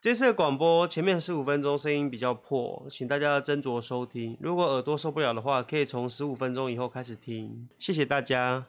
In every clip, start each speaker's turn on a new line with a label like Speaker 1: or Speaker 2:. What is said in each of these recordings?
Speaker 1: 这次的广播前面十五分钟声音比较破，请大家斟酌收听。如果耳朵受不了的话，可以从十五分钟以后开始听。谢谢大家。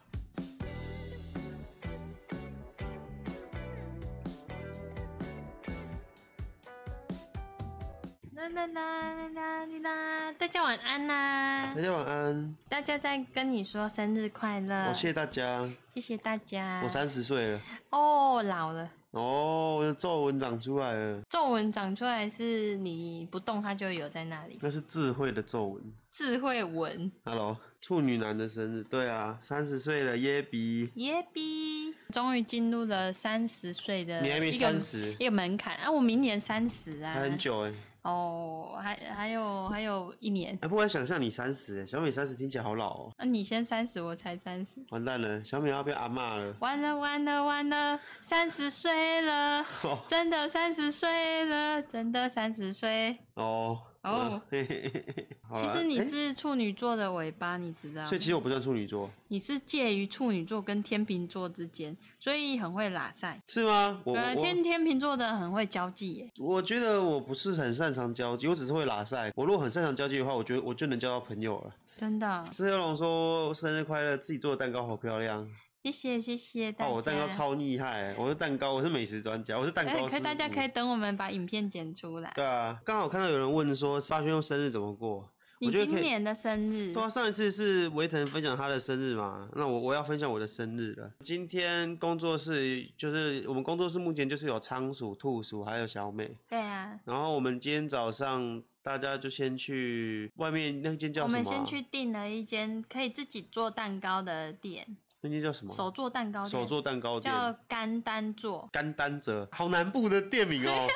Speaker 2: 啦啦啦啦啦啦！大家晚安啦！
Speaker 1: 大家晚安，
Speaker 2: 大家再跟你说生日快乐！
Speaker 1: 我谢谢大家。
Speaker 2: 谢谢大家。
Speaker 1: 我三十岁了，
Speaker 2: 哦，老了，
Speaker 1: 哦，我的皱纹长出来了，
Speaker 2: 皱纹长出来是你不动它就有在那里，
Speaker 1: 那是智慧的皱纹。
Speaker 2: 智慧纹
Speaker 1: Hello，处女男的生日，对啊，三十岁了，耶比，
Speaker 2: 耶比，终于进入了三十岁的
Speaker 1: 你还没
Speaker 2: 呃一个
Speaker 1: 30
Speaker 2: 一个门槛啊！我明年三十啊，
Speaker 1: 还很久哎、欸，
Speaker 2: 哦，还还有还有一年。
Speaker 1: 哎、不敢想象你三十哎，小美三十听起来好老哦、
Speaker 2: 那、你先三十，我才三十，
Speaker 1: 完蛋了，小美要被阿骂了。
Speaker 2: 完了完了完了，三十岁了。
Speaker 1: 哦
Speaker 2: 真的三十岁了，真的三十岁。
Speaker 1: 哦
Speaker 2: 哦，
Speaker 1: 嗯嘿嘿嘿嘿好
Speaker 2: 其
Speaker 1: 啦
Speaker 2: 实你
Speaker 1: 诶
Speaker 2: 是处女座的尾巴，你知道吗
Speaker 1: 所以？其实我不算处女座，
Speaker 2: 你是介于处女座跟天秤座之间，所以很会拉塞。
Speaker 1: 是吗？我
Speaker 2: 呃，
Speaker 1: 我
Speaker 2: 天天秤座的很会交际耶。
Speaker 1: 我觉得我不是很擅长交际，我只是会拉塞。我如果很擅长交际的话，我觉得我就能交到朋友了。
Speaker 2: 真的，
Speaker 1: 施小龙说生日快乐，自己做的蛋糕好漂亮
Speaker 2: 谢谢谢谢大
Speaker 1: 哦，
Speaker 2: 家。
Speaker 1: 我蛋糕超厉害，我是蛋糕，我是美食专家，我是蛋
Speaker 2: 哎
Speaker 1: 糕
Speaker 2: 可
Speaker 1: 师
Speaker 2: 以
Speaker 1: 傅。
Speaker 2: 大家可以等我们把影片剪出来。
Speaker 1: 对啊，刚好看到有人问说沙宣生日怎么过，
Speaker 2: 你
Speaker 1: 我觉得
Speaker 2: 今
Speaker 1: 可以。
Speaker 2: 年的生日
Speaker 1: 对，啊，上一次是维腾分享他的生日嘛，那我我要分享我的生日了。今天工作室就是我们工作室目前就是有仓鼠、兔鼠还有小美，
Speaker 2: 对啊，
Speaker 1: 然后我们今天早上大家就先去外面那间叫
Speaker 2: 我
Speaker 1: 什么啊？
Speaker 2: 们先去订了一间可以自己做蛋糕的店，
Speaker 1: 那间叫什么？啊
Speaker 2: 手做蛋糕店，
Speaker 1: 手做蛋糕店，
Speaker 2: 叫干丹做。
Speaker 1: 干丹泽，好南部的店名 哦，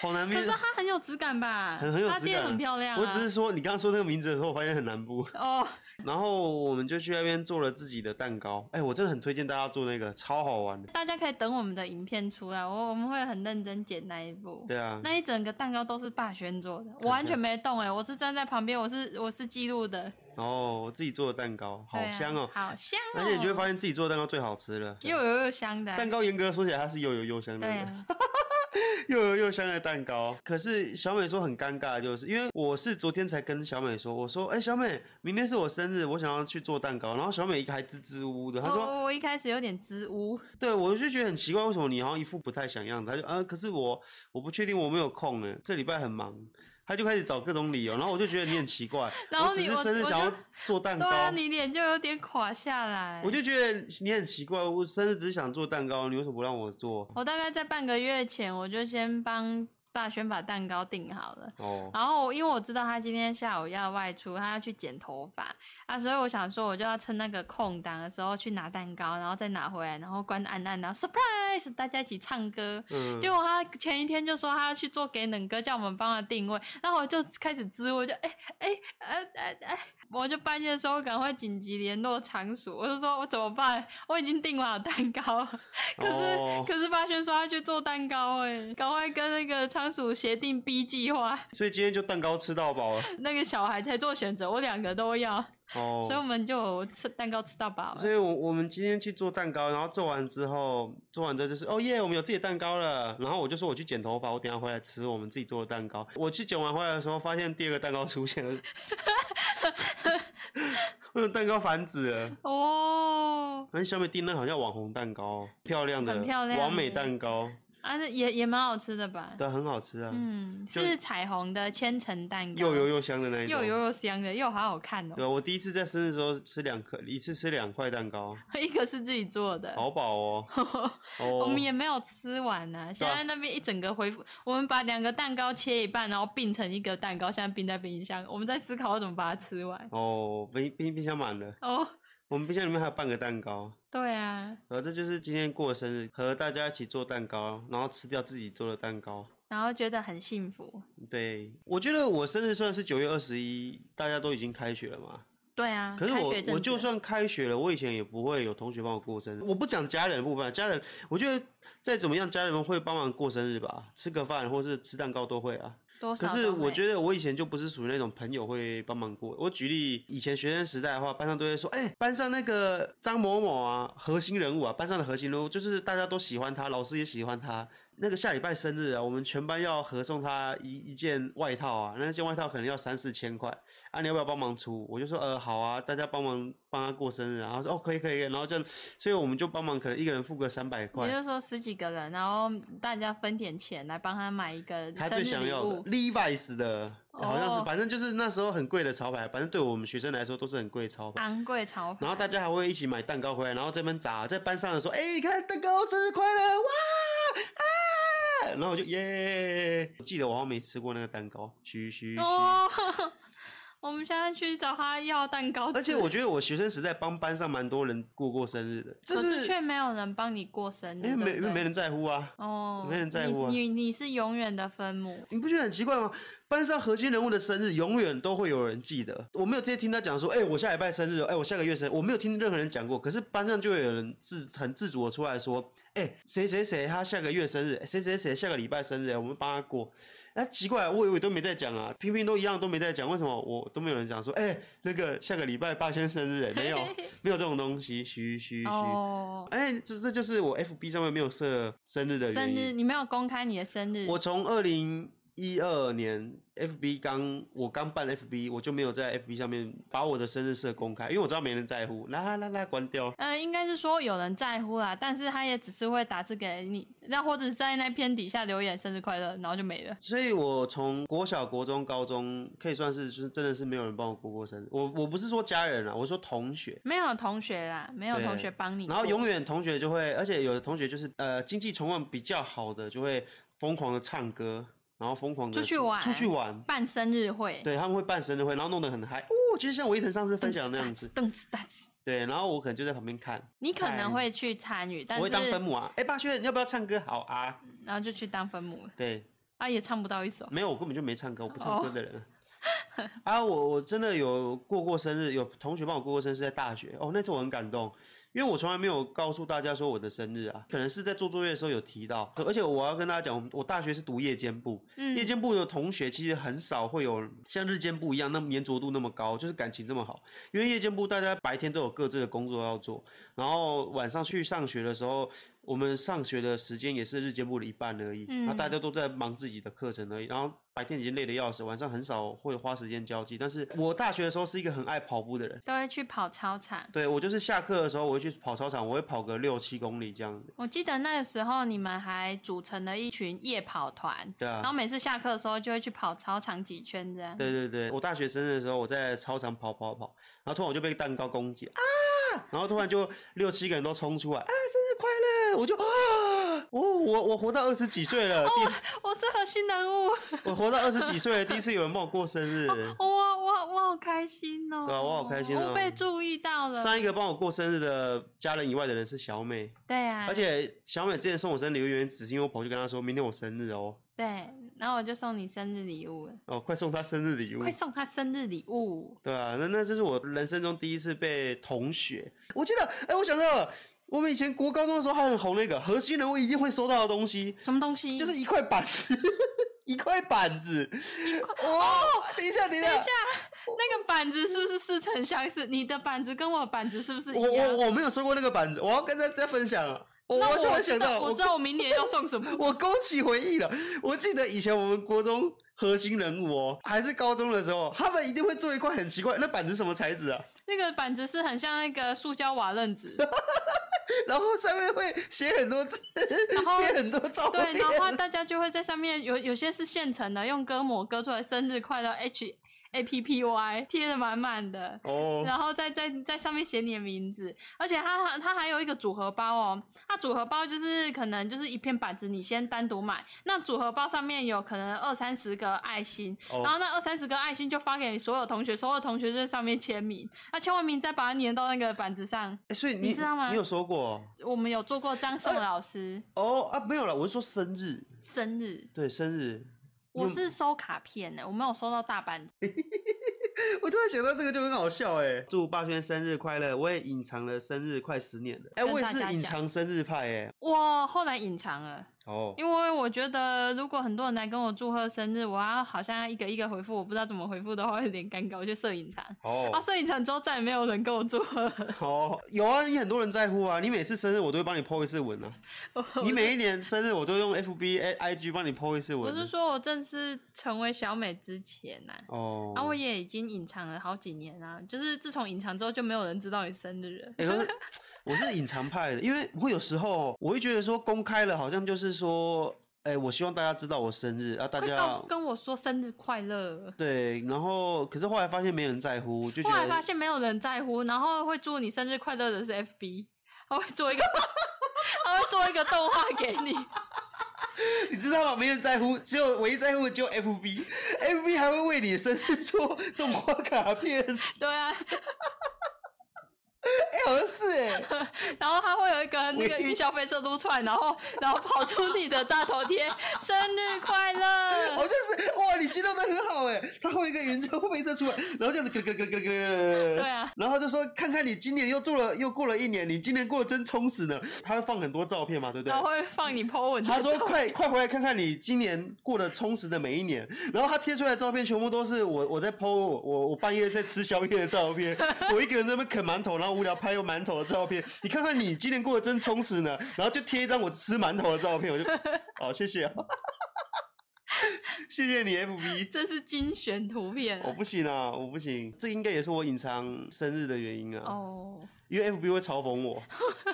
Speaker 1: 好南
Speaker 2: 可
Speaker 1: 面
Speaker 2: 是。它很有质感吧？
Speaker 1: 很很有
Speaker 2: 它
Speaker 1: 质
Speaker 2: 店
Speaker 1: 感啊
Speaker 2: 很漂亮、啊。
Speaker 1: 我只是说，你刚刚说那个名字的时候，我发现很南部。
Speaker 2: 哦，
Speaker 1: 然后我们就去那边做了自己的蛋糕。哎、我真的很推荐大家做那个，超好玩的。
Speaker 2: 大家可以等我们的影片出来，我我们会很认真剪那一部。
Speaker 1: 对啊，
Speaker 2: 那一整个蛋糕都是霸轩做的，我完全没动哎、我是站在旁边，我是我是记录的，
Speaker 1: 然后我自己做的蛋糕，好
Speaker 2: 对啊
Speaker 1: 香哦、
Speaker 2: 好香哦、
Speaker 1: 而且你就会发现自己做的蛋糕最好吃了。
Speaker 2: 又有又香的啊、
Speaker 1: 蛋糕严格说起来，它是又有又香的
Speaker 2: 对、。啊，
Speaker 1: 又有又香的蛋糕。可是小美说很尴尬，的就是因为我是昨天才跟小美说，我说，哎、小美，明天是我生日，我想要去做蛋糕。然后小美还支支吾吾的，她说，
Speaker 2: 我我一开始有点支吾，
Speaker 1: 对我就觉得很奇怪，为什么你好像一副不太想样子？她就啊，可是我我不确定，我没有空哎，这礼拜很忙。她就开始找各种理由，然后我就觉得你很奇怪，
Speaker 2: 然后
Speaker 1: 我只
Speaker 2: 你
Speaker 1: 是
Speaker 2: 我
Speaker 1: 生日
Speaker 2: 我
Speaker 1: 想要
Speaker 2: 就
Speaker 1: 做蛋
Speaker 2: 对
Speaker 1: 糕。
Speaker 2: 啊，你脸就有点垮下来。
Speaker 1: 我就觉得你很奇怪，我生日只是想做蛋糕，你为什么不让我做？
Speaker 2: 我大概在半个月前，我就先帮霸轩把蛋糕订好了。
Speaker 1: 哦，
Speaker 2: 然后因为我知道他今天下午要外出，他要去剪头发啊，所以我想说，我就要趁那个空档的时候去拿蛋糕，然后再拿回来，然后关暗暗，然后 surprise 大家一起唱歌。
Speaker 1: 嗯，
Speaker 2: 结果他前一天就说他要去做给冷哥，叫我们帮他定位，然后我就开始支吾，我就哎哎哎哎哎，我就半夜的时候赶快紧急联络场所，我就说我怎么办？我已经订好蛋糕了，可是、
Speaker 1: 哦
Speaker 2: 可是八轩说他去做蛋糕、哎，赶快跟那个仓鼠协定 B 计划，
Speaker 1: 所以今天就蛋糕吃到 饱了。
Speaker 2: 那个小孩才做选择，我两个都要，
Speaker 1: 哦，
Speaker 2: 所以我们就吃蛋糕吃到饱了
Speaker 1: 所。以我，我们今天去做蛋糕，然后做完之后，做完之后就是哦耶，我们有自己的蛋糕了。然后我就说我去剪头发，我等一下回来吃我们自己做的蛋糕。我去剪完回来的时候，发现第二个蛋糕出现了， 我有蛋糕繁殖了。
Speaker 2: 哦，
Speaker 1: 而且小美订那好像网红蛋糕，哦漂亮的，
Speaker 2: 很漂亮
Speaker 1: 完美蛋糕，
Speaker 2: 啊，那也也蛮好吃的吧？
Speaker 1: 对，很好吃啊，
Speaker 2: 嗯，
Speaker 1: 就是
Speaker 2: 彩虹的千层蛋糕，
Speaker 1: 又油又香的那一种。
Speaker 2: 又油又香的，又好好看哦。
Speaker 1: 对，啊我第一次在生日的时候吃两颗，一次吃两块蛋糕，
Speaker 2: 一个是自己做的，
Speaker 1: 好饱啊哦。哦，
Speaker 2: 我们也没有吃完呢、现
Speaker 1: 啊
Speaker 2: 在那边一整个恢复，我们把两个蛋糕切一半，然后并成一个蛋糕，现在冰在冰箱。我们在思考要怎么把它吃完。
Speaker 1: 哦，冰冰冰箱满了，
Speaker 2: 哦，
Speaker 1: 我们冰箱里面还有半个蛋糕。
Speaker 2: 对啊，
Speaker 1: 然后这就是今天过的生日，和大家一起做蛋糕，然后吃掉自己做的蛋糕。
Speaker 2: 然后觉得很幸福。
Speaker 1: 对，我觉得我生日虽然是九月二十一，大家都已经开学了嘛，
Speaker 2: 对啊，
Speaker 1: 可是
Speaker 2: 开
Speaker 1: 我
Speaker 2: 学阵
Speaker 1: 我
Speaker 2: 子
Speaker 1: 就算开学了，我以前也不会有同学帮我过生日。我不讲家人的部分啊，家人我觉得再怎么样，家人们会帮忙过生日吧，吃个饭或是吃蛋糕都会啊。
Speaker 2: 多
Speaker 1: 可
Speaker 2: 少，
Speaker 1: 是我觉得我以前就不是属于那种朋友会帮忙过。我举例，以前学生时代的话，班上都会说，哎、班上那个张某某啊，核心人物啊，班上的核心人物，就是大家都喜欢他，老师也喜欢他，那个下礼拜生日啊，我们全班要合送他一一件外套啊，那件外套可能要三四千块啊，你要不要帮忙出？我就说呃好啊，大家帮忙帮他过生日啊，然后说哦可以可以，可以然后这样，所以我们就帮忙，可能一个人付个三百
Speaker 2: 也就
Speaker 1: 块，
Speaker 2: 是说十几个人，然后大家分点钱来帮他买一个
Speaker 1: 他
Speaker 2: 生
Speaker 1: 最
Speaker 2: 日
Speaker 1: 想
Speaker 2: 礼
Speaker 1: 要的
Speaker 2: 物。
Speaker 1: Levi's 的，好像是，
Speaker 2: 哦
Speaker 1: 反正就是那时候很贵的潮牌，反正对我们学生来说都是很贵的潮牌。
Speaker 2: 昂贵潮牌，
Speaker 1: 然后大家还会一起买蛋糕回来，然后这边砸，在班上的时候，哎、你看蛋糕，生日快乐，哇啊！然后我就耶，我记得我好像没吃过那个蛋糕，嘘嘘嘘。
Speaker 2: 哦， 我们现在去找他要蛋糕吃，
Speaker 1: 而且我觉得我学生时代帮班上蛮多人过过生日的，这
Speaker 2: 可是
Speaker 1: 是
Speaker 2: 却没有人帮你过生日，
Speaker 1: 因为没
Speaker 2: 对不
Speaker 1: 没
Speaker 2: 对
Speaker 1: 人在乎啊。
Speaker 2: 哦，
Speaker 1: 没人在乎啊
Speaker 2: 你你你是永远的分母，
Speaker 1: 你不觉得很奇怪吗？班上核心人物的生日永远都会有人记得。我没有直接听他讲说，哎、我下礼拜生日哦，哎、我下个月生日，我没有听任何人讲过。可是班上就有人自很自主的出来说，哎、谁谁谁他下个月生日，谁谁谁下个礼拜生日，啊我们帮他过。哎、奇怪，我以为都没在讲啊，偏偏都一样都没在讲，为什么我都没有人讲说，哎、那个下个礼拜霸轩生日，哎， 没有没有这种东西，嘘嘘嘘。
Speaker 2: 哦，
Speaker 1: 哎、这这就是我 FB 上面没有设生日的原
Speaker 2: 生
Speaker 1: 因。
Speaker 2: 日你没有公开你的生日，
Speaker 1: 我从二零一二年 FB 刚我刚办 FB，我就没有在 FB 上面把我的生日设公开，因为我知道没人在乎，啦啦啦关掉。
Speaker 2: 呃，应该是说有人在乎啦，但是他也只是会打字给你，那或者是在那篇底下留言生日快乐，然后就没了。
Speaker 1: 所以我从国小、国中、高中可以算是就是真的是没有人帮我过过生日，我我不是说家人啊，我说同学。
Speaker 2: 没有同学啦，没有
Speaker 1: 对
Speaker 2: 同学帮你过，
Speaker 1: 然后永远同学就会，而且有的同学就是呃经济状况比较好的，就会疯狂的唱歌，然后疯狂的
Speaker 2: 出去玩
Speaker 1: 出去玩，
Speaker 2: 办生日会，
Speaker 1: 对他们会办生日会，然后弄得很嗨，哦，就像我一腾上次分享的那样 子，
Speaker 2: 噔哧哒哧，
Speaker 1: 对，然后我可能就在旁边看，
Speaker 2: 你可
Speaker 1: 嗨
Speaker 2: 能会去参与，但
Speaker 1: 哎我会当分
Speaker 2: 是
Speaker 1: 母啊。哎、霸轩，你要不要唱歌？好啊。
Speaker 2: 然后就去当分母了，
Speaker 1: 对，
Speaker 2: 啊也唱不到一首，
Speaker 1: 没有，我根本就没唱歌，我不
Speaker 2: 哦
Speaker 1: 唱歌的人。 啊，我我真的有过过生日，有同学帮我过过生日是在大学哦，那次我很感动，因为我从来没有告诉大家说我的生日啊，可能是在做作业的时候有提到，而且我要跟大家讲，我们我大学是读夜间部，
Speaker 2: 嗯
Speaker 1: 夜间部的同学其实很少会有像日间部一样那么粘着度那么高，就是感情这么好。因为夜间部大家白天都有各自的工作要做，然后晚上去上学的时候，我们上学的时间也是日间部的一半而已，然后大家都在忙自己的课程而已，然后。白天已经累得要死，晚上很少会花时间交际。但是我大学的时候是一个很爱跑步的人，
Speaker 2: 都会去跑操场。
Speaker 1: 对我就是下课的时候我会去跑操场，我会跑个六七公里这样子。
Speaker 2: 我记得那个时候你们还组成了一群夜跑团，
Speaker 1: 对啊，
Speaker 2: 然后每次下课的时候就会去跑操场几圈这样。
Speaker 1: 对对对，我大学生日的时候，我在操场跑跑跑，然后突然我就被蛋糕攻击啊，然后突然就六七个人都冲出来，啊，生日快乐！我就啊，我我我活到二十几岁了，第
Speaker 2: 我是核心人物，
Speaker 1: 我活到二十几岁了，第一次有人帮我过生日。
Speaker 2: 我我我好开心哦！
Speaker 1: 对啊我好开心哦
Speaker 2: 我被注意到了。
Speaker 1: 上一个帮我过生日的家人以外的人是小美，
Speaker 2: 对啊，
Speaker 1: 而且小美之前送我生日礼物，原因只是因为我跑去跟她说明天我生日哦，
Speaker 2: 对，然后我就送你生日礼物了，
Speaker 1: 哦，快送她生日礼物
Speaker 2: 快。送他生日礼物。
Speaker 1: 对啊，那那这是我人生中第一次被同学。我记得，哎、我想到了，我们以前国高中的时候还很红那个核心人物一定会收到的东西，
Speaker 2: 什么东西？
Speaker 1: 就是一块板子， 一块板子。
Speaker 2: 一块。
Speaker 1: 哦，等一下，等一
Speaker 2: 等一
Speaker 1: 下
Speaker 2: 下，，那个板子是不是似曾相识？你的板子跟我的板子是不是一
Speaker 1: 我
Speaker 2: 样？
Speaker 1: 我我没有收过那个板子，我要跟大家分享了。我
Speaker 2: 那
Speaker 1: 完全
Speaker 2: 我
Speaker 1: 没
Speaker 2: 知
Speaker 1: 想
Speaker 2: 道，
Speaker 1: 到，
Speaker 2: 我知道我明年要送什么。
Speaker 1: 我勾起回忆了。我记得以前我们国中核心人物哦，还是高中的时候，他们一定会做一块很奇怪，那板子是什么材质啊？
Speaker 2: 那个板子是很像那个塑胶瓦楞纸，
Speaker 1: 然后上面会写很多字，
Speaker 2: 然 后
Speaker 1: 贴很多照片
Speaker 2: 哦对，。然
Speaker 1: 啊
Speaker 2: 后大家就会在上面有有些是现成的，用歌抹割出来“生日快乐 H A P P Y” 贴的满满的，
Speaker 1: 哦，
Speaker 2: 然后在在在上面写你的名字，而且它它还有一个组合包哦，它组合包就是可能就是一片板子，你先单独买，那组合包上面有可能二三十个爱心，
Speaker 1: 哦
Speaker 2: 然后那二三十个爱心就发给所有同学，所有同学就在上面签名，那签完名再把它粘到那个板子上。
Speaker 1: 欸、所以
Speaker 2: 你
Speaker 1: 你
Speaker 2: 知道吗
Speaker 1: 你有收过
Speaker 2: 我们有做过张
Speaker 1: 呃
Speaker 2: 颂老师、
Speaker 1: 哦啊？没有了，我是说生日，
Speaker 2: 生日，
Speaker 1: 对生日。
Speaker 2: 我
Speaker 1: 你有
Speaker 2: 是收卡片的，我没有收到大板子。
Speaker 1: 我突然想到这个就很好笑哎、祝霸轩生日快乐！我也隐藏了生日快十年了，哎、
Speaker 2: 跟
Speaker 1: 我也
Speaker 2: 大
Speaker 1: 是
Speaker 2: 家
Speaker 1: 隐
Speaker 2: 讲
Speaker 1: 藏生日派哎、
Speaker 2: 我后来隐藏了，
Speaker 1: 哦，
Speaker 2: 因为我觉得如果很多人来跟我祝贺生日，我要好像要一个一个回复，我不知道怎么回复的话，有点尴尬，我去摄影场。啊，
Speaker 1: 哦，
Speaker 2: 摄影场之后再也没有人跟我祝贺了。
Speaker 1: 哦，有啊，你很多人在乎啊，你每次生日我都会帮你 po 一次文啊，
Speaker 2: 我
Speaker 1: 你每一年生日我都用 FB、A- IG 帮你 po 一次
Speaker 2: 我
Speaker 1: 文啊。
Speaker 2: 是说我正式成为小美之前呐、
Speaker 1: 哦，
Speaker 2: 啊，我也已经隐藏了好几年啦、就是自从隐藏之后，就没有人知道你生日了。
Speaker 1: 欸、可是我是隐藏派的，因为我有时候我会觉得说公开了，好像就是说，哎、我希望大家知道我生日 啊，大
Speaker 2: 快告
Speaker 1: 家
Speaker 2: 诉跟我说生日快乐。
Speaker 1: 对，然后可是后来发现没人在乎，就觉
Speaker 2: 后来发
Speaker 1: 得
Speaker 2: 现没有人在乎，然后会祝你生日快乐的是 FB，他会做一个，他会做一个动画给你。
Speaker 1: 你知道吗？没人在乎，只有唯一在乎的只有 FB，FB 还会为你的生日做动画卡片， 哎、
Speaker 2: 对啊，
Speaker 1: 好像是哎、
Speaker 2: 然后他会有一个那个
Speaker 1: 喂
Speaker 2: 云霄飞车撸出来，然后然后跑出你的大头贴，生日快乐
Speaker 1: 好。像是哇，你形容的很好哎，他会一个圆周飞车出来，然后这样子咯咯咯咯咯，对
Speaker 2: 对啊，
Speaker 1: 然后就说看看你今年又做了又过了一年，你今年过得真充实呢。他会放很多照片嘛，对不对
Speaker 2: 然？后哦会放你 po 文的
Speaker 1: 他
Speaker 2: 照片。
Speaker 1: 说：“快快回来看看你今年过得充实的每一年。”然后他贴出来的照片全部都是我我在 PO 我我我半夜在吃宵夜的照 片，我一个人在那边啃馒头，然后无聊拍馒头的照片。你看看你今年过得真充实呢。然后就贴一张我吃馒头的照 片，我就好谢谢啊， 谢谢你 FB。
Speaker 2: 这是精选图片
Speaker 1: 我
Speaker 2: 啊、
Speaker 1: 不行啊，我不行，这应该也是我隐藏生日的原因啊。
Speaker 2: 哦
Speaker 1: 因为 FB 会嘲讽我，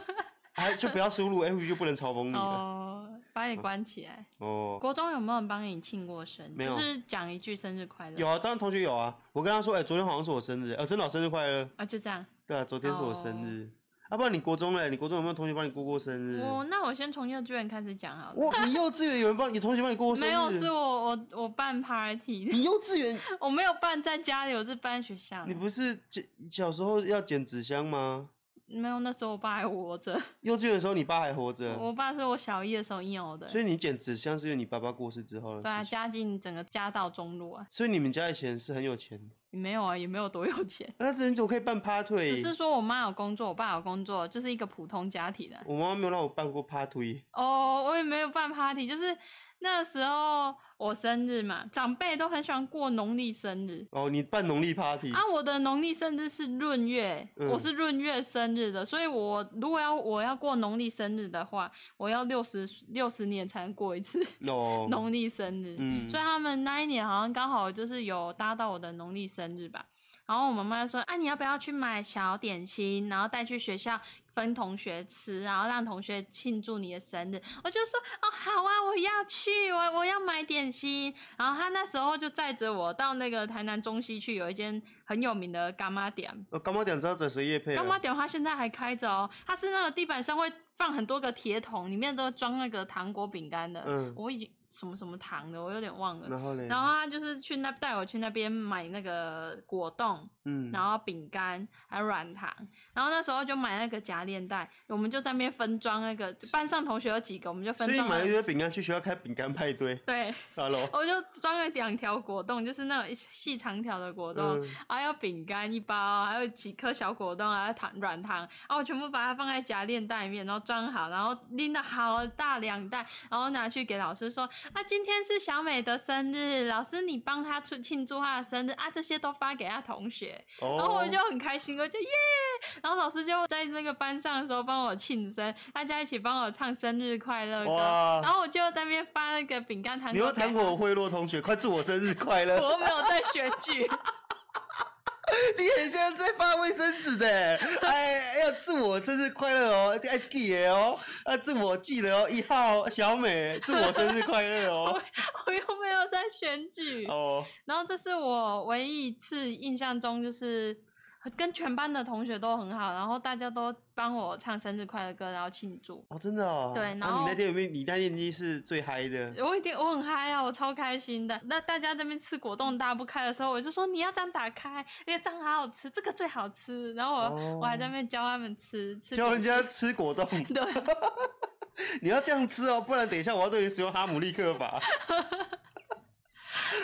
Speaker 1: 哎，就不要输入 FB 就不能嘲讽你了。
Speaker 2: 哦，把你关起来。
Speaker 1: 哦，
Speaker 2: 国中有没有人帮你庆过生？
Speaker 1: 没有
Speaker 2: 就是讲一句生日快乐。
Speaker 1: 有啊，当然同学有啊。我跟他说，哎、昨天好像是我生日，呃，真的生日快乐。
Speaker 2: 啊，就这样。
Speaker 1: 对啊，昨天是我生日。啊，不然你国中嘞？你国中有没有同学帮你过过生日？
Speaker 2: 哦我哦那我先从幼稚园开始讲好了。
Speaker 1: 我，你幼稚园有人帮你同学帮你过过生日？
Speaker 2: 没有，是我我我办 party 的，
Speaker 1: 你幼稚园，
Speaker 2: 我没有办在家里，我是办在学校
Speaker 1: 你
Speaker 2: 的。
Speaker 1: 不是捡小时候要捡纸箱吗？
Speaker 2: 没有，那时候我爸还活着，
Speaker 1: 幼稚园的时候你爸还活着，
Speaker 2: 我爸是我小一的时候应有的。
Speaker 1: 所以你捡纸箱是因为你爸爸过世之后的
Speaker 2: 对啊，
Speaker 1: 事情。
Speaker 2: 家境整个家道中落啊，
Speaker 1: 所以你们家以前是很有钱的，
Speaker 2: 没有啊，也没有多有钱，
Speaker 1: 那这人怎么可以办趴腿？
Speaker 2: 只是说我妈有工作，我爸有工作，就是一个普通家庭的、
Speaker 1: 我妈妈没有让我办过趴腿。
Speaker 2: 哦，我也没有办 party，就是那时候我生日嘛，长辈都很喜欢过农历生日
Speaker 1: 哦，你办农历 party，、
Speaker 2: 啊。我的农历生日是闰月，
Speaker 1: 嗯
Speaker 2: 我是闰月生日的，所以我如果要我要过农历生日的话，我要六十六十年才能过一次
Speaker 1: 哦，
Speaker 2: 农历生日。
Speaker 1: 嗯
Speaker 2: 所以他们那一年好像刚好就是有搭到我的农历生日吧。然后我妈妈就说：“啊，你要不要去买小点心，然后带去学校分同学吃，然后让同学庆祝你的生日？”我就说：“哦，好啊，我要去，我我要买点心。”然后她那时候就载着我到那个台南中西区有一间很有名的干妈店，
Speaker 1: 我哦干妈讲知道找谁叶配了啊
Speaker 2: 干妈店它现在还开着哦，它是那个地板上会放很多个铁桶，里面都装那个糖果饼干的。
Speaker 1: 嗯
Speaker 2: 我已经什么什么糖的，我有点忘了。
Speaker 1: 然后嘞，
Speaker 2: 然后他就是去那带我去那边买那个果冻，
Speaker 1: 嗯，
Speaker 2: 然后饼干，还有软糖。然后那时候就买那个夹链袋，我们就在那边分装那个班上同学有几个，我们就分
Speaker 1: 所以
Speaker 2: 装
Speaker 1: 买了一
Speaker 2: 那。
Speaker 1: 堆饼干去学校开饼干派对
Speaker 2: 对，
Speaker 1: ，Hello，
Speaker 2: 我就装了两条果冻，就是那种一细长条的果冻，
Speaker 1: 嗯
Speaker 2: 还有饼干一包，还有几颗小果冻，还有糖软糖，然后我全部把它放在夹链袋里面，然后装好，然后拎了好大两袋，然后拿去给老师说啊，今天是小美的生日，老师你帮她出庆祝她的生日啊，这些都发给她同学，
Speaker 1: 哦，
Speaker 2: 然后我就很开心，我就耶！然后老师就在那个班上的时候帮我庆生，大家一起帮我唱生日快乐歌，
Speaker 1: 哇
Speaker 2: 然后我就在那边发那个饼干糖
Speaker 1: 你
Speaker 2: 果
Speaker 1: 又
Speaker 2: 给
Speaker 1: 糖
Speaker 2: 他
Speaker 1: 果贿赂同学，快祝我生日快乐！
Speaker 2: 我又没有在选举，
Speaker 1: 你很像在发卫生纸的欸，哎，要祝我生日快乐哦，哎记得哦，啊祝我记得哦，一号小美祝我生日快乐 哦，
Speaker 2: 我又没有在选举。
Speaker 1: 哦，
Speaker 2: 然后这是我唯一一次印象中就是。跟全班的同学都很好，然后大家都帮我唱生日快乐歌，然后庆祝。
Speaker 1: 哦真的哦，
Speaker 2: 对
Speaker 1: 啊
Speaker 2: 然后
Speaker 1: 你那天有没有？你那天你是最嗨的，
Speaker 2: 我一定我很嗨啊，我超开心的。那大家在那边吃果冻打不开的时候，我就说你要这样打开，那个这样好好吃，这个最好吃。然后我、
Speaker 1: 哦
Speaker 2: 我还在那边教他们吃，吃
Speaker 1: 教人
Speaker 2: 点
Speaker 1: 家吃果冻，
Speaker 2: 心 对，
Speaker 1: 你要这样吃哦，不然等一下我要对你使用哈姆立克法。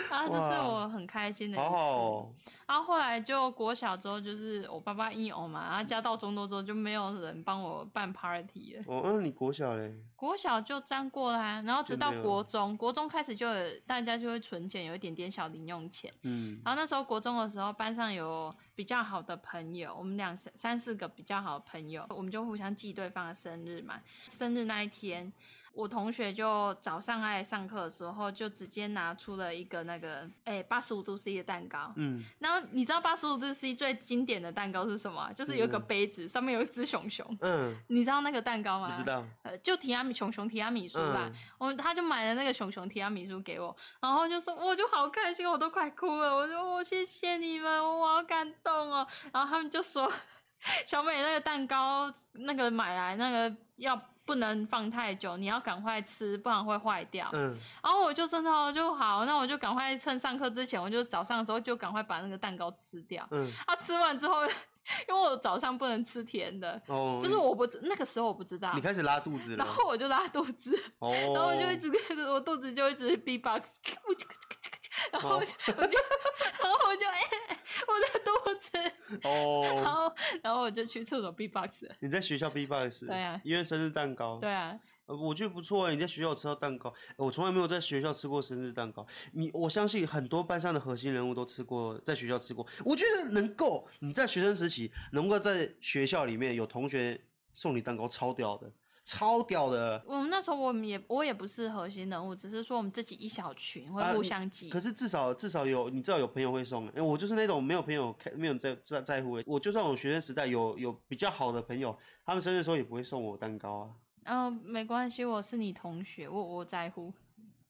Speaker 2: 啊，这是
Speaker 1: 哇
Speaker 2: 我很开心的一次。
Speaker 1: 好好哦，
Speaker 2: 然后后来就国小之后，就是我爸爸一偶嘛，然后加到中多之后就没有人帮我办 party 了。
Speaker 1: 哦，那你国小嘞？
Speaker 2: 国小就这样过啦、然后直
Speaker 1: 就
Speaker 2: 到
Speaker 1: 没有
Speaker 2: 国中，国中开始就有大家就会存钱，有一点点小零用钱。
Speaker 1: 嗯，
Speaker 2: 然后那时候国中的时候，班上有比较好的朋友，我们两三三四个比较好的朋友，我们就互相记对方的生日嘛。生日那一天，我同学就早上来上课的时候，就直接拿出了一个那个哎八十五度 C 的蛋糕。
Speaker 1: 嗯，
Speaker 2: 然后你知道八十五度 C 最经典的蛋糕是什么啊？就是有一个
Speaker 1: 嗯
Speaker 2: 杯子，上面有一只熊熊。
Speaker 1: 嗯，
Speaker 2: 你知道那个蛋糕吗？
Speaker 1: 不知。道，
Speaker 2: 呃，就提拉米熊熊提拉米苏啦，
Speaker 1: 嗯，
Speaker 2: 我他就买了那个熊熊提拉米苏给我，然后就说我就好开心，我都快哭了。我说我、哦、谢谢你们，我好感动哦。然后他们就说小美那个蛋糕那个买来那个要不能放太久，你要赶快吃，不然会坏掉。
Speaker 1: 嗯，
Speaker 2: 然后我就真的哦就好，那我就赶快趁上课之前，我就早上的时候就赶快把那个蛋糕吃掉。
Speaker 1: 嗯，
Speaker 2: 啊，吃完之后，因为我早上不能吃甜的，
Speaker 1: 哦，
Speaker 2: 就是我不知那个时候我不知道
Speaker 1: 你，开始拉肚子了
Speaker 2: 然，后我就拉肚子。
Speaker 1: 哦，
Speaker 2: 然后我就一直跟着我肚子就一直 B box，然
Speaker 1: 哦
Speaker 2: 后我就我就然后我就哎、我的肚子，然
Speaker 1: 哦，
Speaker 2: 后然后我就去厕所 B box 了。
Speaker 1: 你在学校 B-box，
Speaker 2: 对啊
Speaker 1: 因为生日蛋糕，
Speaker 2: 对啊，
Speaker 1: 呃，我觉得不错哎、你在学校有吃到蛋糕，呃我从来没有在学校吃过生日蛋糕。你，我相信很多班上的核心人物都吃过，在学校吃过。我觉得能够你在学生时期能够在学校里面有同学送你蛋糕，超屌的，超屌的。
Speaker 2: 我们那时候我们也我也不是核心人物，只是说我们自己一小群会
Speaker 1: 啊
Speaker 2: 互
Speaker 1: 你
Speaker 2: 相记。
Speaker 1: 可是至少至少有你知道有朋友会送、欸，我就是那种没有朋友看没有在在在乎、欸。我就算我学生时代有有比较好的朋友，他们生日的时候也不会送我蛋糕啊。
Speaker 2: 嗯、没关系，我是你同学，我我在乎。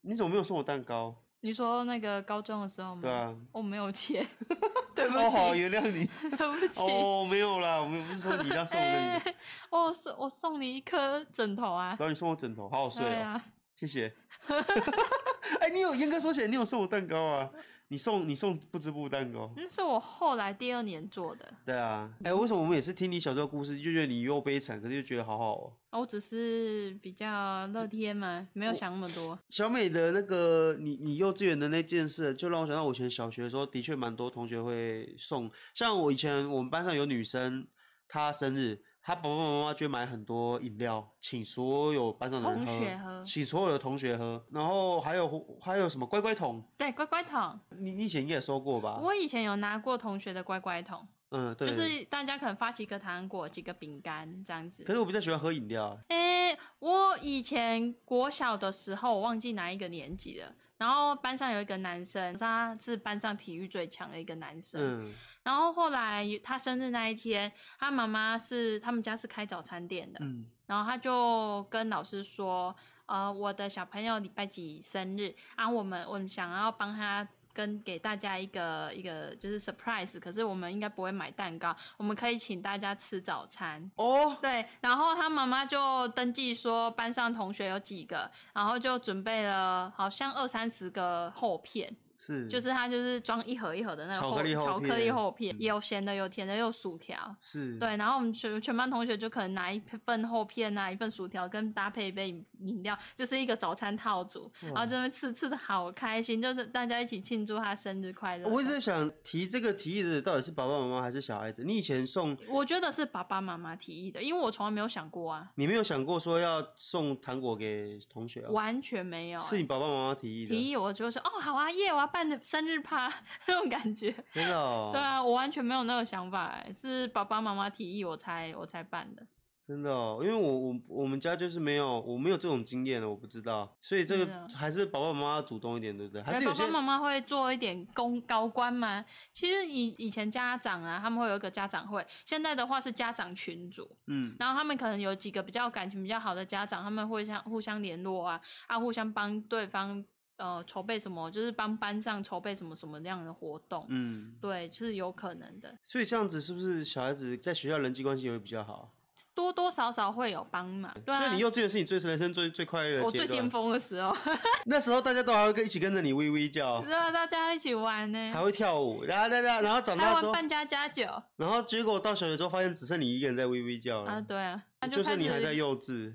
Speaker 1: 你怎么没有送我蛋糕？
Speaker 2: 你说那个高中的时候吗？
Speaker 1: 对啊，
Speaker 2: 我没有钱，嗯 对不
Speaker 1: 哦，好
Speaker 2: 起，
Speaker 1: 原谅 你。
Speaker 2: 对不起。
Speaker 1: 哦，没有啦，我们不是说你要送我那个。
Speaker 2: 哎我送我送你一颗枕头啊！
Speaker 1: 然后你送我枕头，好好睡
Speaker 2: 对
Speaker 1: 哦，
Speaker 2: 啊，
Speaker 1: 谢 谢。 哎、你有严格说起来，你有送我蛋糕啊？你送你送不织布蛋糕，
Speaker 2: 那是我后来第二年做的。
Speaker 1: 对啊。哎、为什么我们也是听你小时候故事，就觉得你又悲惨，可是又觉得好好哦、
Speaker 2: 我只是比较乐天嘛，没有
Speaker 1: 嗯我
Speaker 2: 想那么多。
Speaker 1: 小美的那个，你你幼稚园的那件事，就让我想到我以前小学的时候，的确蛮多同学会送，像我以前我们班上有女生，她生日，她爸爸妈妈就会买很多饮料，请所有班上的人
Speaker 2: 同学喝
Speaker 1: 请所有的同学喝，然后还有还有什么乖乖桶，
Speaker 2: 对，乖乖桶，
Speaker 1: 你你以前应该也收过吧？
Speaker 2: 我以前有拿过同学的乖乖桶，
Speaker 1: 嗯，对，
Speaker 2: 就是大家可能发几个糖果、几个饼干这样子
Speaker 1: 可。是我比较喜欢喝饮料，
Speaker 2: 诶、我以前国小的时候，我忘记哪一个年级了。然后班上有一个男生，他是班上体育最强的一个男生。
Speaker 1: 嗯
Speaker 2: 然后后来他生日那一天，他妈妈是他们家是开早餐店的，
Speaker 1: 嗯
Speaker 2: 然后他就跟老师说，呃，我的小朋友礼拜几生日啊，我们我们想要帮他。跟给大家一个一个就是 surprise，可是我们应该不会买蛋糕，我们可以请大家吃早餐。
Speaker 1: 哦，
Speaker 2: 对，然后他妈妈就登记说班上同学有几个，然后就准备了好像二三十个厚片，
Speaker 1: 是
Speaker 2: 就是它就是装一盒一盒的那个
Speaker 1: 嗯巧
Speaker 2: 厚
Speaker 1: 克力厚
Speaker 2: 巧克力
Speaker 1: 片嗯
Speaker 2: 厚片，有咸的有甜的，有薯条。
Speaker 1: 是，
Speaker 2: 对，然后我们全全班同学就可能拿一份厚片啊，一份薯条，跟搭配一杯饮饮料，就是一个早餐套组，然后
Speaker 1: 哇
Speaker 2: 这边吃吃的好开心，就是大家一起庆祝他生日快乐。
Speaker 1: 我一直在想提这个提议的到底是爸爸妈妈还是小孩子？你以前送，
Speaker 2: 我觉得是爸爸妈妈提议的，因为我从来没有想过啊，
Speaker 1: 你没有想过说要送糖果给同学啊？
Speaker 2: 完全没有欸、
Speaker 1: 是你爸爸妈妈提议的，
Speaker 2: 提议我就说哦好啊耶，我要办生日趴 那种感觉。
Speaker 1: 真的、哦，
Speaker 2: 对啊，我完全没有那个想法欸、是爸爸妈妈提议我才我才办的。
Speaker 1: 真的、哦，因为我我我们家就是没有，我没有这种经验了，我不知道，所以这
Speaker 2: 真
Speaker 1: 个
Speaker 2: 的
Speaker 1: 还是爸爸妈妈主动一点，对不对？还
Speaker 2: 啊对
Speaker 1: 是有些
Speaker 2: 爸爸妈妈会做一点公高官吗？其实以以前家长啊，他们会有一个家长会，现在的话是家长群组，
Speaker 1: 嗯
Speaker 2: 然后他们可能有几个比较感情比较好的家长，他们会相互相联络啊，啊，互相帮对方呃筹备什么，就是帮班上筹备什么什么样的活动，
Speaker 1: 嗯，
Speaker 2: 对，是有可能的，
Speaker 1: 所以这样子是不是小孩子在学校人际关系也会比较好？
Speaker 2: 多多少少会有帮忙。对
Speaker 1: 所以
Speaker 2: 啊
Speaker 1: 你，幼稚园是你最人生最最快乐的
Speaker 2: 我
Speaker 1: 阶
Speaker 2: 最
Speaker 1: 段哦
Speaker 2: 巅峰的时候，
Speaker 1: 那时候大家都还会跟一起跟着你微微叫，
Speaker 2: 让大家一起玩呢、
Speaker 1: 还会跳舞，然后大家然后长
Speaker 2: 还
Speaker 1: 大之
Speaker 2: 玩
Speaker 1: 后，
Speaker 2: 扮家家酒
Speaker 1: 然后结果到小学
Speaker 2: 啊
Speaker 1: 之后发现只剩你一个人在微微叫了，
Speaker 2: 啊，对啊，那
Speaker 1: 就
Speaker 2: 开
Speaker 1: 是你还
Speaker 2: 始
Speaker 1: 在幼稚。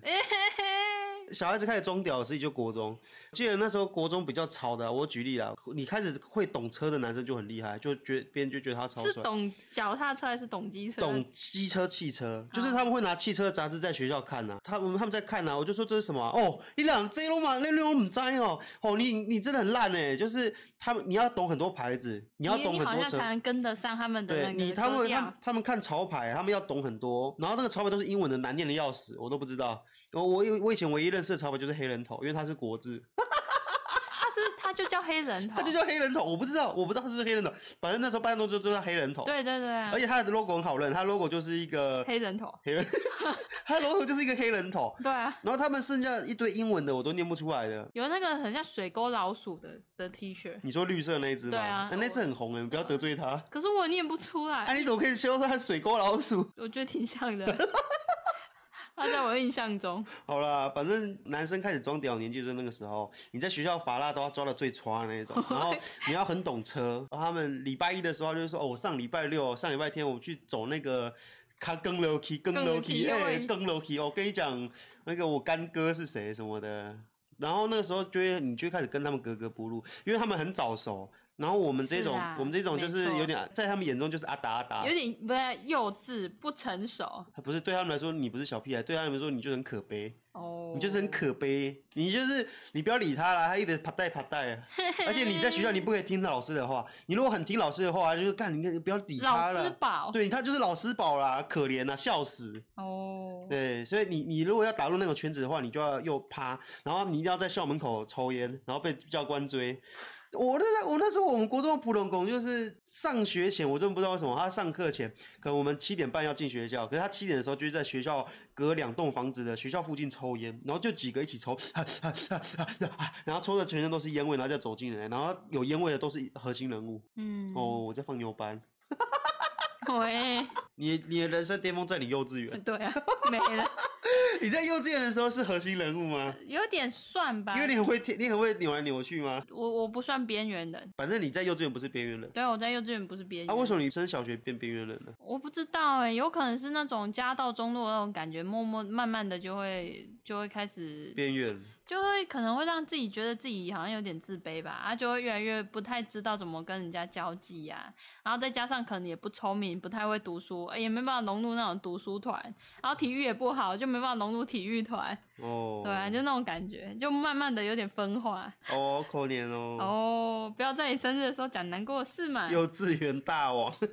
Speaker 1: 小孩子开始装屌的时期就国中，记得那时候国中比较潮的啊、我举例啦，你开始会懂车的男生就很厉害，就觉别人就觉得他超
Speaker 2: 是
Speaker 1: 帅。
Speaker 2: 懂脚踏车还是懂机车？
Speaker 1: 懂机车、汽
Speaker 2: 嗯
Speaker 1: 车，就是他们会拿汽车杂志在学校看呐、啊，他们他们在看呐、啊，我就说这是什么啊、哦，你俩这龙嘛，那龙唔知哦，哦，你你真的很烂哎、就是他们你要懂很多牌子，你
Speaker 2: 你
Speaker 1: 要懂
Speaker 2: 你
Speaker 1: 很
Speaker 2: 好
Speaker 1: 多
Speaker 2: 像
Speaker 1: 车
Speaker 2: 才，能跟得上他们的那
Speaker 1: 对
Speaker 2: 个
Speaker 1: 你他
Speaker 2: 格
Speaker 1: 们他
Speaker 2: 调
Speaker 1: 们他们看潮牌，他们要懂很多，然后那个潮牌都是英文的，难念的要死，我都不知道。我我以我以前唯一认识的潮牌就是黑人头，因为它是国字，
Speaker 2: 他是他就叫 黑人头，
Speaker 1: 它就叫黑人头，我不知道我不知道它是不是黑人头，反正那时候办公桌都叫黑人头，
Speaker 2: 对对对啊
Speaker 1: 而，且它的 logo 很好认，它 logo 就是一个
Speaker 2: 黑人头，
Speaker 1: 黑人，它 logo 就是一个黑人头，
Speaker 2: 对啊，
Speaker 1: 然后他们剩下一堆英文的我都念不出来的。
Speaker 2: 有那个很像水沟老鼠的的 T 恤，
Speaker 1: 你说绿色那一只吗？
Speaker 2: 对啊
Speaker 1: 那那只很红哎、你不要得罪它。
Speaker 2: 可是我念不出来，
Speaker 1: 哎、你怎么可以说它水沟老鼠？
Speaker 2: 我觉得挺 像的。他在我印象中，
Speaker 1: 好啦，反正男生开始装屌年纪就是那个时候，你在学校罚辣都要抓的最抓的那一 种，然后你要很懂车。哦然后他们礼拜一的时候就是说，哦，我上礼拜六、上礼拜天我去走那个。他更 low key，更
Speaker 2: 更
Speaker 1: low
Speaker 2: low
Speaker 1: key，
Speaker 2: key，
Speaker 1: 哎、
Speaker 2: 喂
Speaker 1: 更 low key。我跟你讲，那个我干哥是谁什么的，然后那个时候就会你就会开始跟他们格格不入，因为他们很早熟，然后我们这
Speaker 2: 是
Speaker 1: 种、
Speaker 2: 啊
Speaker 1: 我们这种就
Speaker 2: 没
Speaker 1: 是
Speaker 2: 错
Speaker 1: 有点在他们眼中就是阿达阿达
Speaker 2: 有，点不太幼稚、不成熟
Speaker 1: 不是对他们来说你不是小屁孩，对他们来说你就很可悲。
Speaker 2: 哦。
Speaker 1: 你就是很可悲，你就是你不要理他啦，他一直啪带啪带，啊而且你在学校你不可以听老师的话，你如果很听老师的话，就是干你不要理他
Speaker 2: 老师
Speaker 1: 了，
Speaker 2: 宝
Speaker 1: 对他就是老师宝啦，可怜啦，笑死。
Speaker 2: 哦，
Speaker 1: 对，所以你你如果要打入那个圈子的话，你就要又趴，然后你一定要在校门口抽烟，然后被教官追。我那我那时候我们国中的普通工就是上学前，我真的不知道为什么他上课前，可能我们七点半要进学校，可是他七点的时候就是在学校隔两栋房子的学校附近抽烟，然后就几个一起抽， 然后抽的全身都是烟味，然后再走进来，然后有烟味的都是核心人物。
Speaker 2: 嗯，
Speaker 1: 哦，我在放牛班，
Speaker 2: 喂，
Speaker 1: 你你的人生巅峰在你幼稚园，
Speaker 2: 对啊，没了，
Speaker 1: 你在幼稚园的时候是核心人物吗？
Speaker 2: 有点算吧
Speaker 1: 因，为你很会贴，你很会扭来扭去吗？
Speaker 2: 我我不算边缘人，
Speaker 1: 反正你在幼稚园不是边缘人，
Speaker 2: 对我在幼稚园不是边缘
Speaker 1: 啊，为
Speaker 2: 人。
Speaker 1: 什么你升小学变边缘人了？
Speaker 2: 我不知道哎、有可能是那种家道中落的那种感觉，默默慢慢的就会就会开始，
Speaker 1: 边缘，
Speaker 2: 就会可能会让自己觉得自己好像有点自卑吧，啊，就会越来越不太知道怎么跟人家交际呀、然后再加上可能也不聪明，不太会读书，哎也没办法融入那种读书团，然后体育也不好，就没办法融入体育团，
Speaker 1: 哦，
Speaker 2: 对啊，就那种感觉，就慢慢的有点分化。
Speaker 1: 哦，可怜哦，
Speaker 2: 哦，不要在你生日的时候讲难过的事嘛。
Speaker 1: 幼稚园大王。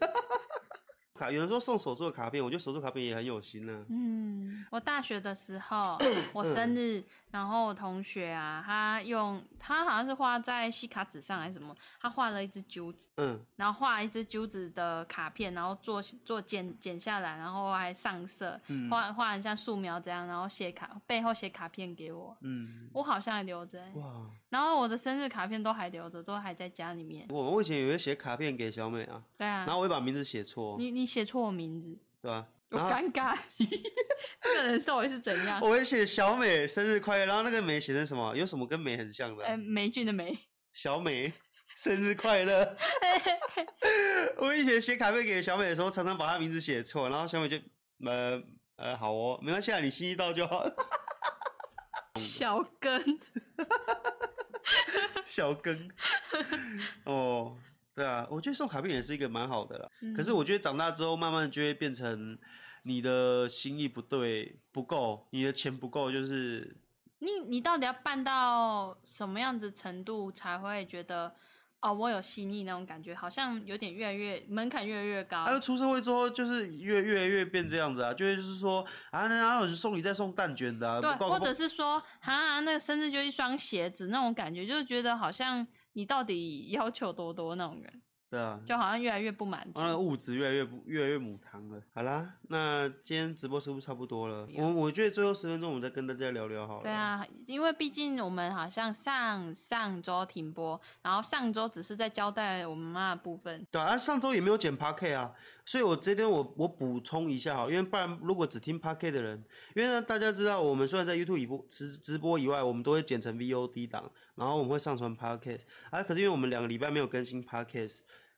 Speaker 1: 卡有人说送手作卡片，我觉得手作卡片也很有心啊呢、
Speaker 2: 嗯，我大学的时 候，我生日，然后我同学啊，他用他好像是画在细卡纸上还是什么，他画了一只揪子，
Speaker 1: 嗯，
Speaker 2: 然后画了一只揪子的卡片，然后做做剪剪下来，然后还上色，
Speaker 1: 嗯
Speaker 2: 画画很像素描这样，然后写卡背后写卡片给我，
Speaker 1: 嗯，
Speaker 2: 我好像还留着欸、
Speaker 1: 哇，
Speaker 2: 然后我的生日卡片都还留着，都还在家里面。
Speaker 1: 我我以前也会写卡片给小美啊，
Speaker 2: 对啊
Speaker 1: 然，后我会把名字写错，
Speaker 2: 你你写错我名字，
Speaker 1: 对吧、
Speaker 2: 我
Speaker 1: 然后
Speaker 2: 尴尬， 这个人到底是怎样？
Speaker 1: 我会写小美生日快乐，然后那个美写成什么？有什么跟美很像的啊、
Speaker 2: 呃，霉菌的霉。
Speaker 1: 小美生日快 乐！ 我以前写卡片给小美的时候，常常把她名字写错，然后小美就呃呃好哦，没关系啊，你心意到就好。
Speaker 2: 小根，
Speaker 1: 小根哦，对啊，我觉得送卡片也是一个蛮好的啦。
Speaker 2: 嗯
Speaker 1: 可是我觉得长大之后，慢慢就会变成你的心意不对不够，你的钱不够，就是
Speaker 2: 你你到底要办到什么样子程度才会觉得哦，我有心意那种感觉？好像有点越来越门槛越来越高。
Speaker 1: 啊，出社会之后就是越越来越变这样子啊，就是就是说啊，哪有人送你再送蛋卷的、啊？
Speaker 2: 对，
Speaker 1: 不
Speaker 2: 或
Speaker 1: 不
Speaker 2: 者是说，哈，那个生日就一双鞋子那种感觉，就是觉得好像你到底要求多多那种人，
Speaker 1: 对啊，
Speaker 2: 就好像越来越不满足。
Speaker 1: 啊，物质越来越不越来越母汤了。好啦，那今天直播是不是差不多了？我我觉得最后十分钟，我们再跟大家聊聊好了。
Speaker 2: 对，啊，因为毕竟我们好像上上周停播，然后上周只是在交代我们妈的部分，
Speaker 1: 对啊，上周也没有剪 p a r k 啊，所以我这边我我补充一下哈，因为不然如果只听 p a r k 的人，因为呢大家知道，我们虽然在 YouTube 以播直直播以外，我们都会剪成 VOD 档，然后我们会上传 p a r k 啊，可是因为我们两个礼拜没有更新 p a r k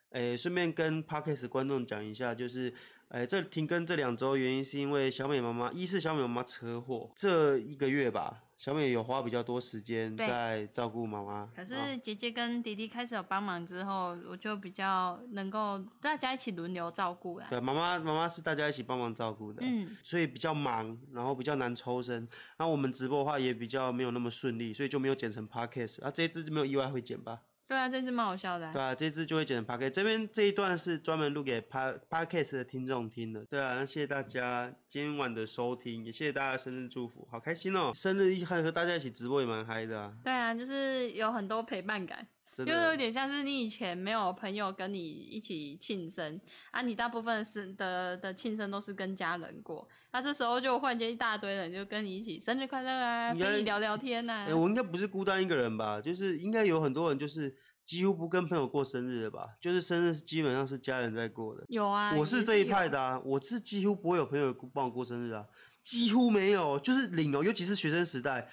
Speaker 1: 诶，顺便跟 Parkes 观众讲一下，就是。诶，这停更这两周原因是因为小美妈妈，一是小美妈妈车祸，这一个月吧，小美有花比较多时间
Speaker 2: 对
Speaker 1: 在照顾妈妈。
Speaker 2: 可
Speaker 1: 啊
Speaker 2: 是姐姐跟弟弟开始有帮忙之后，我就比较能够大家一起轮流照顾啦。
Speaker 1: 对，妈妈妈妈是大家一起帮忙照顾的，
Speaker 2: 嗯，
Speaker 1: 所以比较忙，然后比较难抽身。然后我们直播的话也比较没有那么顺利，所以就没有剪成 podcast。啊，这一支就没有意外会剪吧？
Speaker 2: 对啊，这次蛮好笑的啊、
Speaker 1: 对啊，这支就会剪成 podcast。这边这一段是专门录给 pa podcast 的听众听的。对啊，那谢谢大家今晚的收听，也谢谢大家生日祝福，好开心哦！生日一和和大家一起直播也蛮嗨的啊，
Speaker 2: 对啊，就是有很多陪伴感，啊
Speaker 1: 真
Speaker 2: 就有
Speaker 1: 的。
Speaker 2: 点像是你以前没有朋友跟你一起庆生啊，你大部分是的的庆生都是跟家人过，那、这时候就忽然间一大堆人就跟你一起生日快乐啊，
Speaker 1: 你
Speaker 2: 跟
Speaker 1: 看
Speaker 2: 你聊聊天呐、
Speaker 1: 哎、
Speaker 2: 啊。
Speaker 1: 我应该不是孤单一个人吧？就是应该有很多人就是几乎不跟朋友过生日了吧？就是生日基本上是家人在过的。
Speaker 2: 有啊，
Speaker 1: 我
Speaker 2: 也
Speaker 1: 是这一
Speaker 2: 有
Speaker 1: 派的啊，我是几乎不会有朋友帮我过生日啊，几乎没有，就是零哦，尤其是学生时代，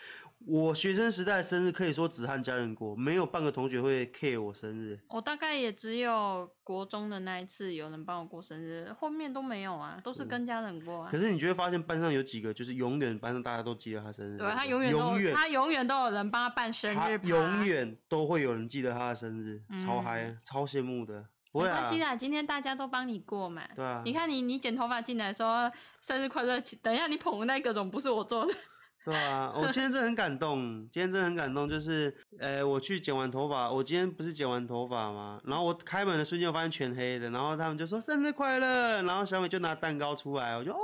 Speaker 1: 我学生时代的生日可以说只和家人过，没有半个同学会 care 我生日。
Speaker 2: 我大概也只有国中的那一次有人帮我过生日，后面都没有啊，都是跟家人过
Speaker 1: 哦
Speaker 2: 啊
Speaker 1: 可。是你就会发现班上有几个就是永远班上大家都记得他生日，
Speaker 2: 对他永远都
Speaker 1: 永
Speaker 2: 有
Speaker 1: 远
Speaker 2: 他永远都有人帮他办生
Speaker 1: 他
Speaker 2: 日趴，
Speaker 1: 永远都会有人记得他的生日，超
Speaker 2: 嗯
Speaker 1: 嗨，超羡慕的。不
Speaker 2: 没
Speaker 1: 会
Speaker 2: 关
Speaker 1: 啊
Speaker 2: 系，啦，今天大家都帮你过嘛。
Speaker 1: 对啊，
Speaker 2: 你看你你剪头发进来说生日快乐，其等一下你捧的那个总不是我做的，
Speaker 1: 对啊，我今天真的很感动，今天真的很感动，就是，呃，我去剪完头发，我今天不是剪完头发吗？然后我开门的瞬间，我发现全黑的，然后他们就说生日快乐，然后小美就拿蛋糕出来，我就哦，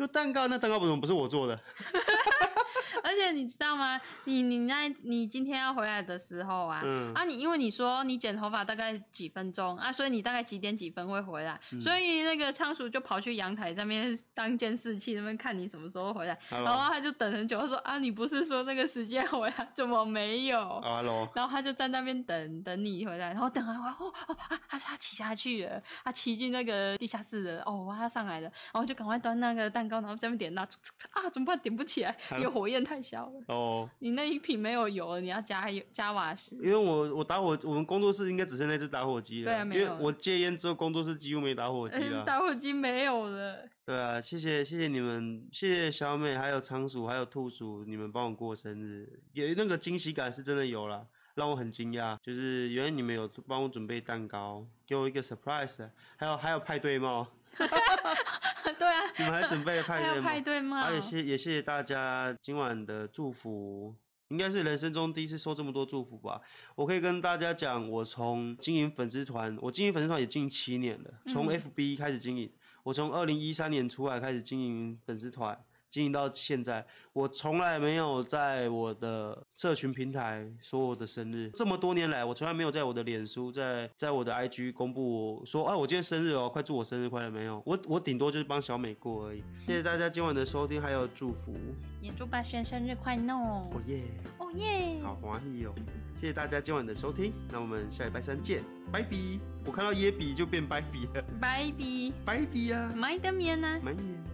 Speaker 1: 有蛋糕，那蛋糕怎么不是我做的？
Speaker 2: 而且你知道吗？你你那你今天要回来的时候啊，
Speaker 1: 嗯，
Speaker 2: 啊，你因为你说你剪头发大概几分钟啊，所以你大概几点几分会回来，所以那个仓鼠就跑去阳台这边 当监视器那边看你什么时候回来，
Speaker 1: 好
Speaker 2: 然
Speaker 1: 喽，
Speaker 2: 后他就等很久，他说啊，你不是说那个时间回来， 怎么没有？
Speaker 1: 好啊喽，
Speaker 2: 然后他就在那边等等你回来，然后等他回来，哦哦啊，他他骑下去了，他骑进那个地下室了，哦，他上来了，然后就赶快端那个蛋糕，然后下面点蜡烛，啊，怎么办？点不起来，因为火焰太小了，
Speaker 1: 哦，
Speaker 2: 你那一瓶没有油了，你要加油加瓦斯。
Speaker 1: 因为我我打火，我们工作室应该只剩那只打火机了，
Speaker 2: 对啊
Speaker 1: 因
Speaker 2: 没
Speaker 1: 为
Speaker 2: 有了
Speaker 1: 我戒烟之后，工作室几乎没打火机
Speaker 2: 嗯，
Speaker 1: 了。
Speaker 2: 打火机没有了。
Speaker 1: 对啊，谢谢谢谢你们，谢谢小美，还有仓鼠，还有兔鼠，你们帮我过生日，也那个惊喜感是真的有啦，让我很惊讶，就是原来你们有帮我准备蛋糕，给我一个 surprise，还有还有派对帽，
Speaker 2: 对啊，
Speaker 1: 你们还准备了派
Speaker 2: 还
Speaker 1: 对
Speaker 2: 有
Speaker 1: 帽，
Speaker 2: 派对帽
Speaker 1: 而，且谢也谢谢大家今晚的祝福，应该是人生中第一次收这么多祝福吧。我可以跟大家讲，我从经营粉丝团，我经营粉丝团也经营七年了，从
Speaker 2: 嗯
Speaker 1: FB 开始经营，我从二零一三年出来开始经营粉丝团。经营到现在，我从来没有在我的社群平台说我的生日。这么多年来，我从来没有在我的脸书、在在我的 IG 公布我说，啊，我今天生日哦，快祝我生日快乐没有？我我顶多就是帮小美过而已。谢谢大家今晚的收听还有祝福，
Speaker 2: 也祝霸轩生日快乐哦
Speaker 1: 哦耶，
Speaker 2: 哦耶！
Speaker 1: 好欢喜哦！谢谢大家今晚的收听，那我们下礼拜三见，拜比！我看到耶比就变拜比了，
Speaker 2: ，baby，
Speaker 1: 拜比呀、啊，
Speaker 2: 买的面呢？
Speaker 1: 满眼。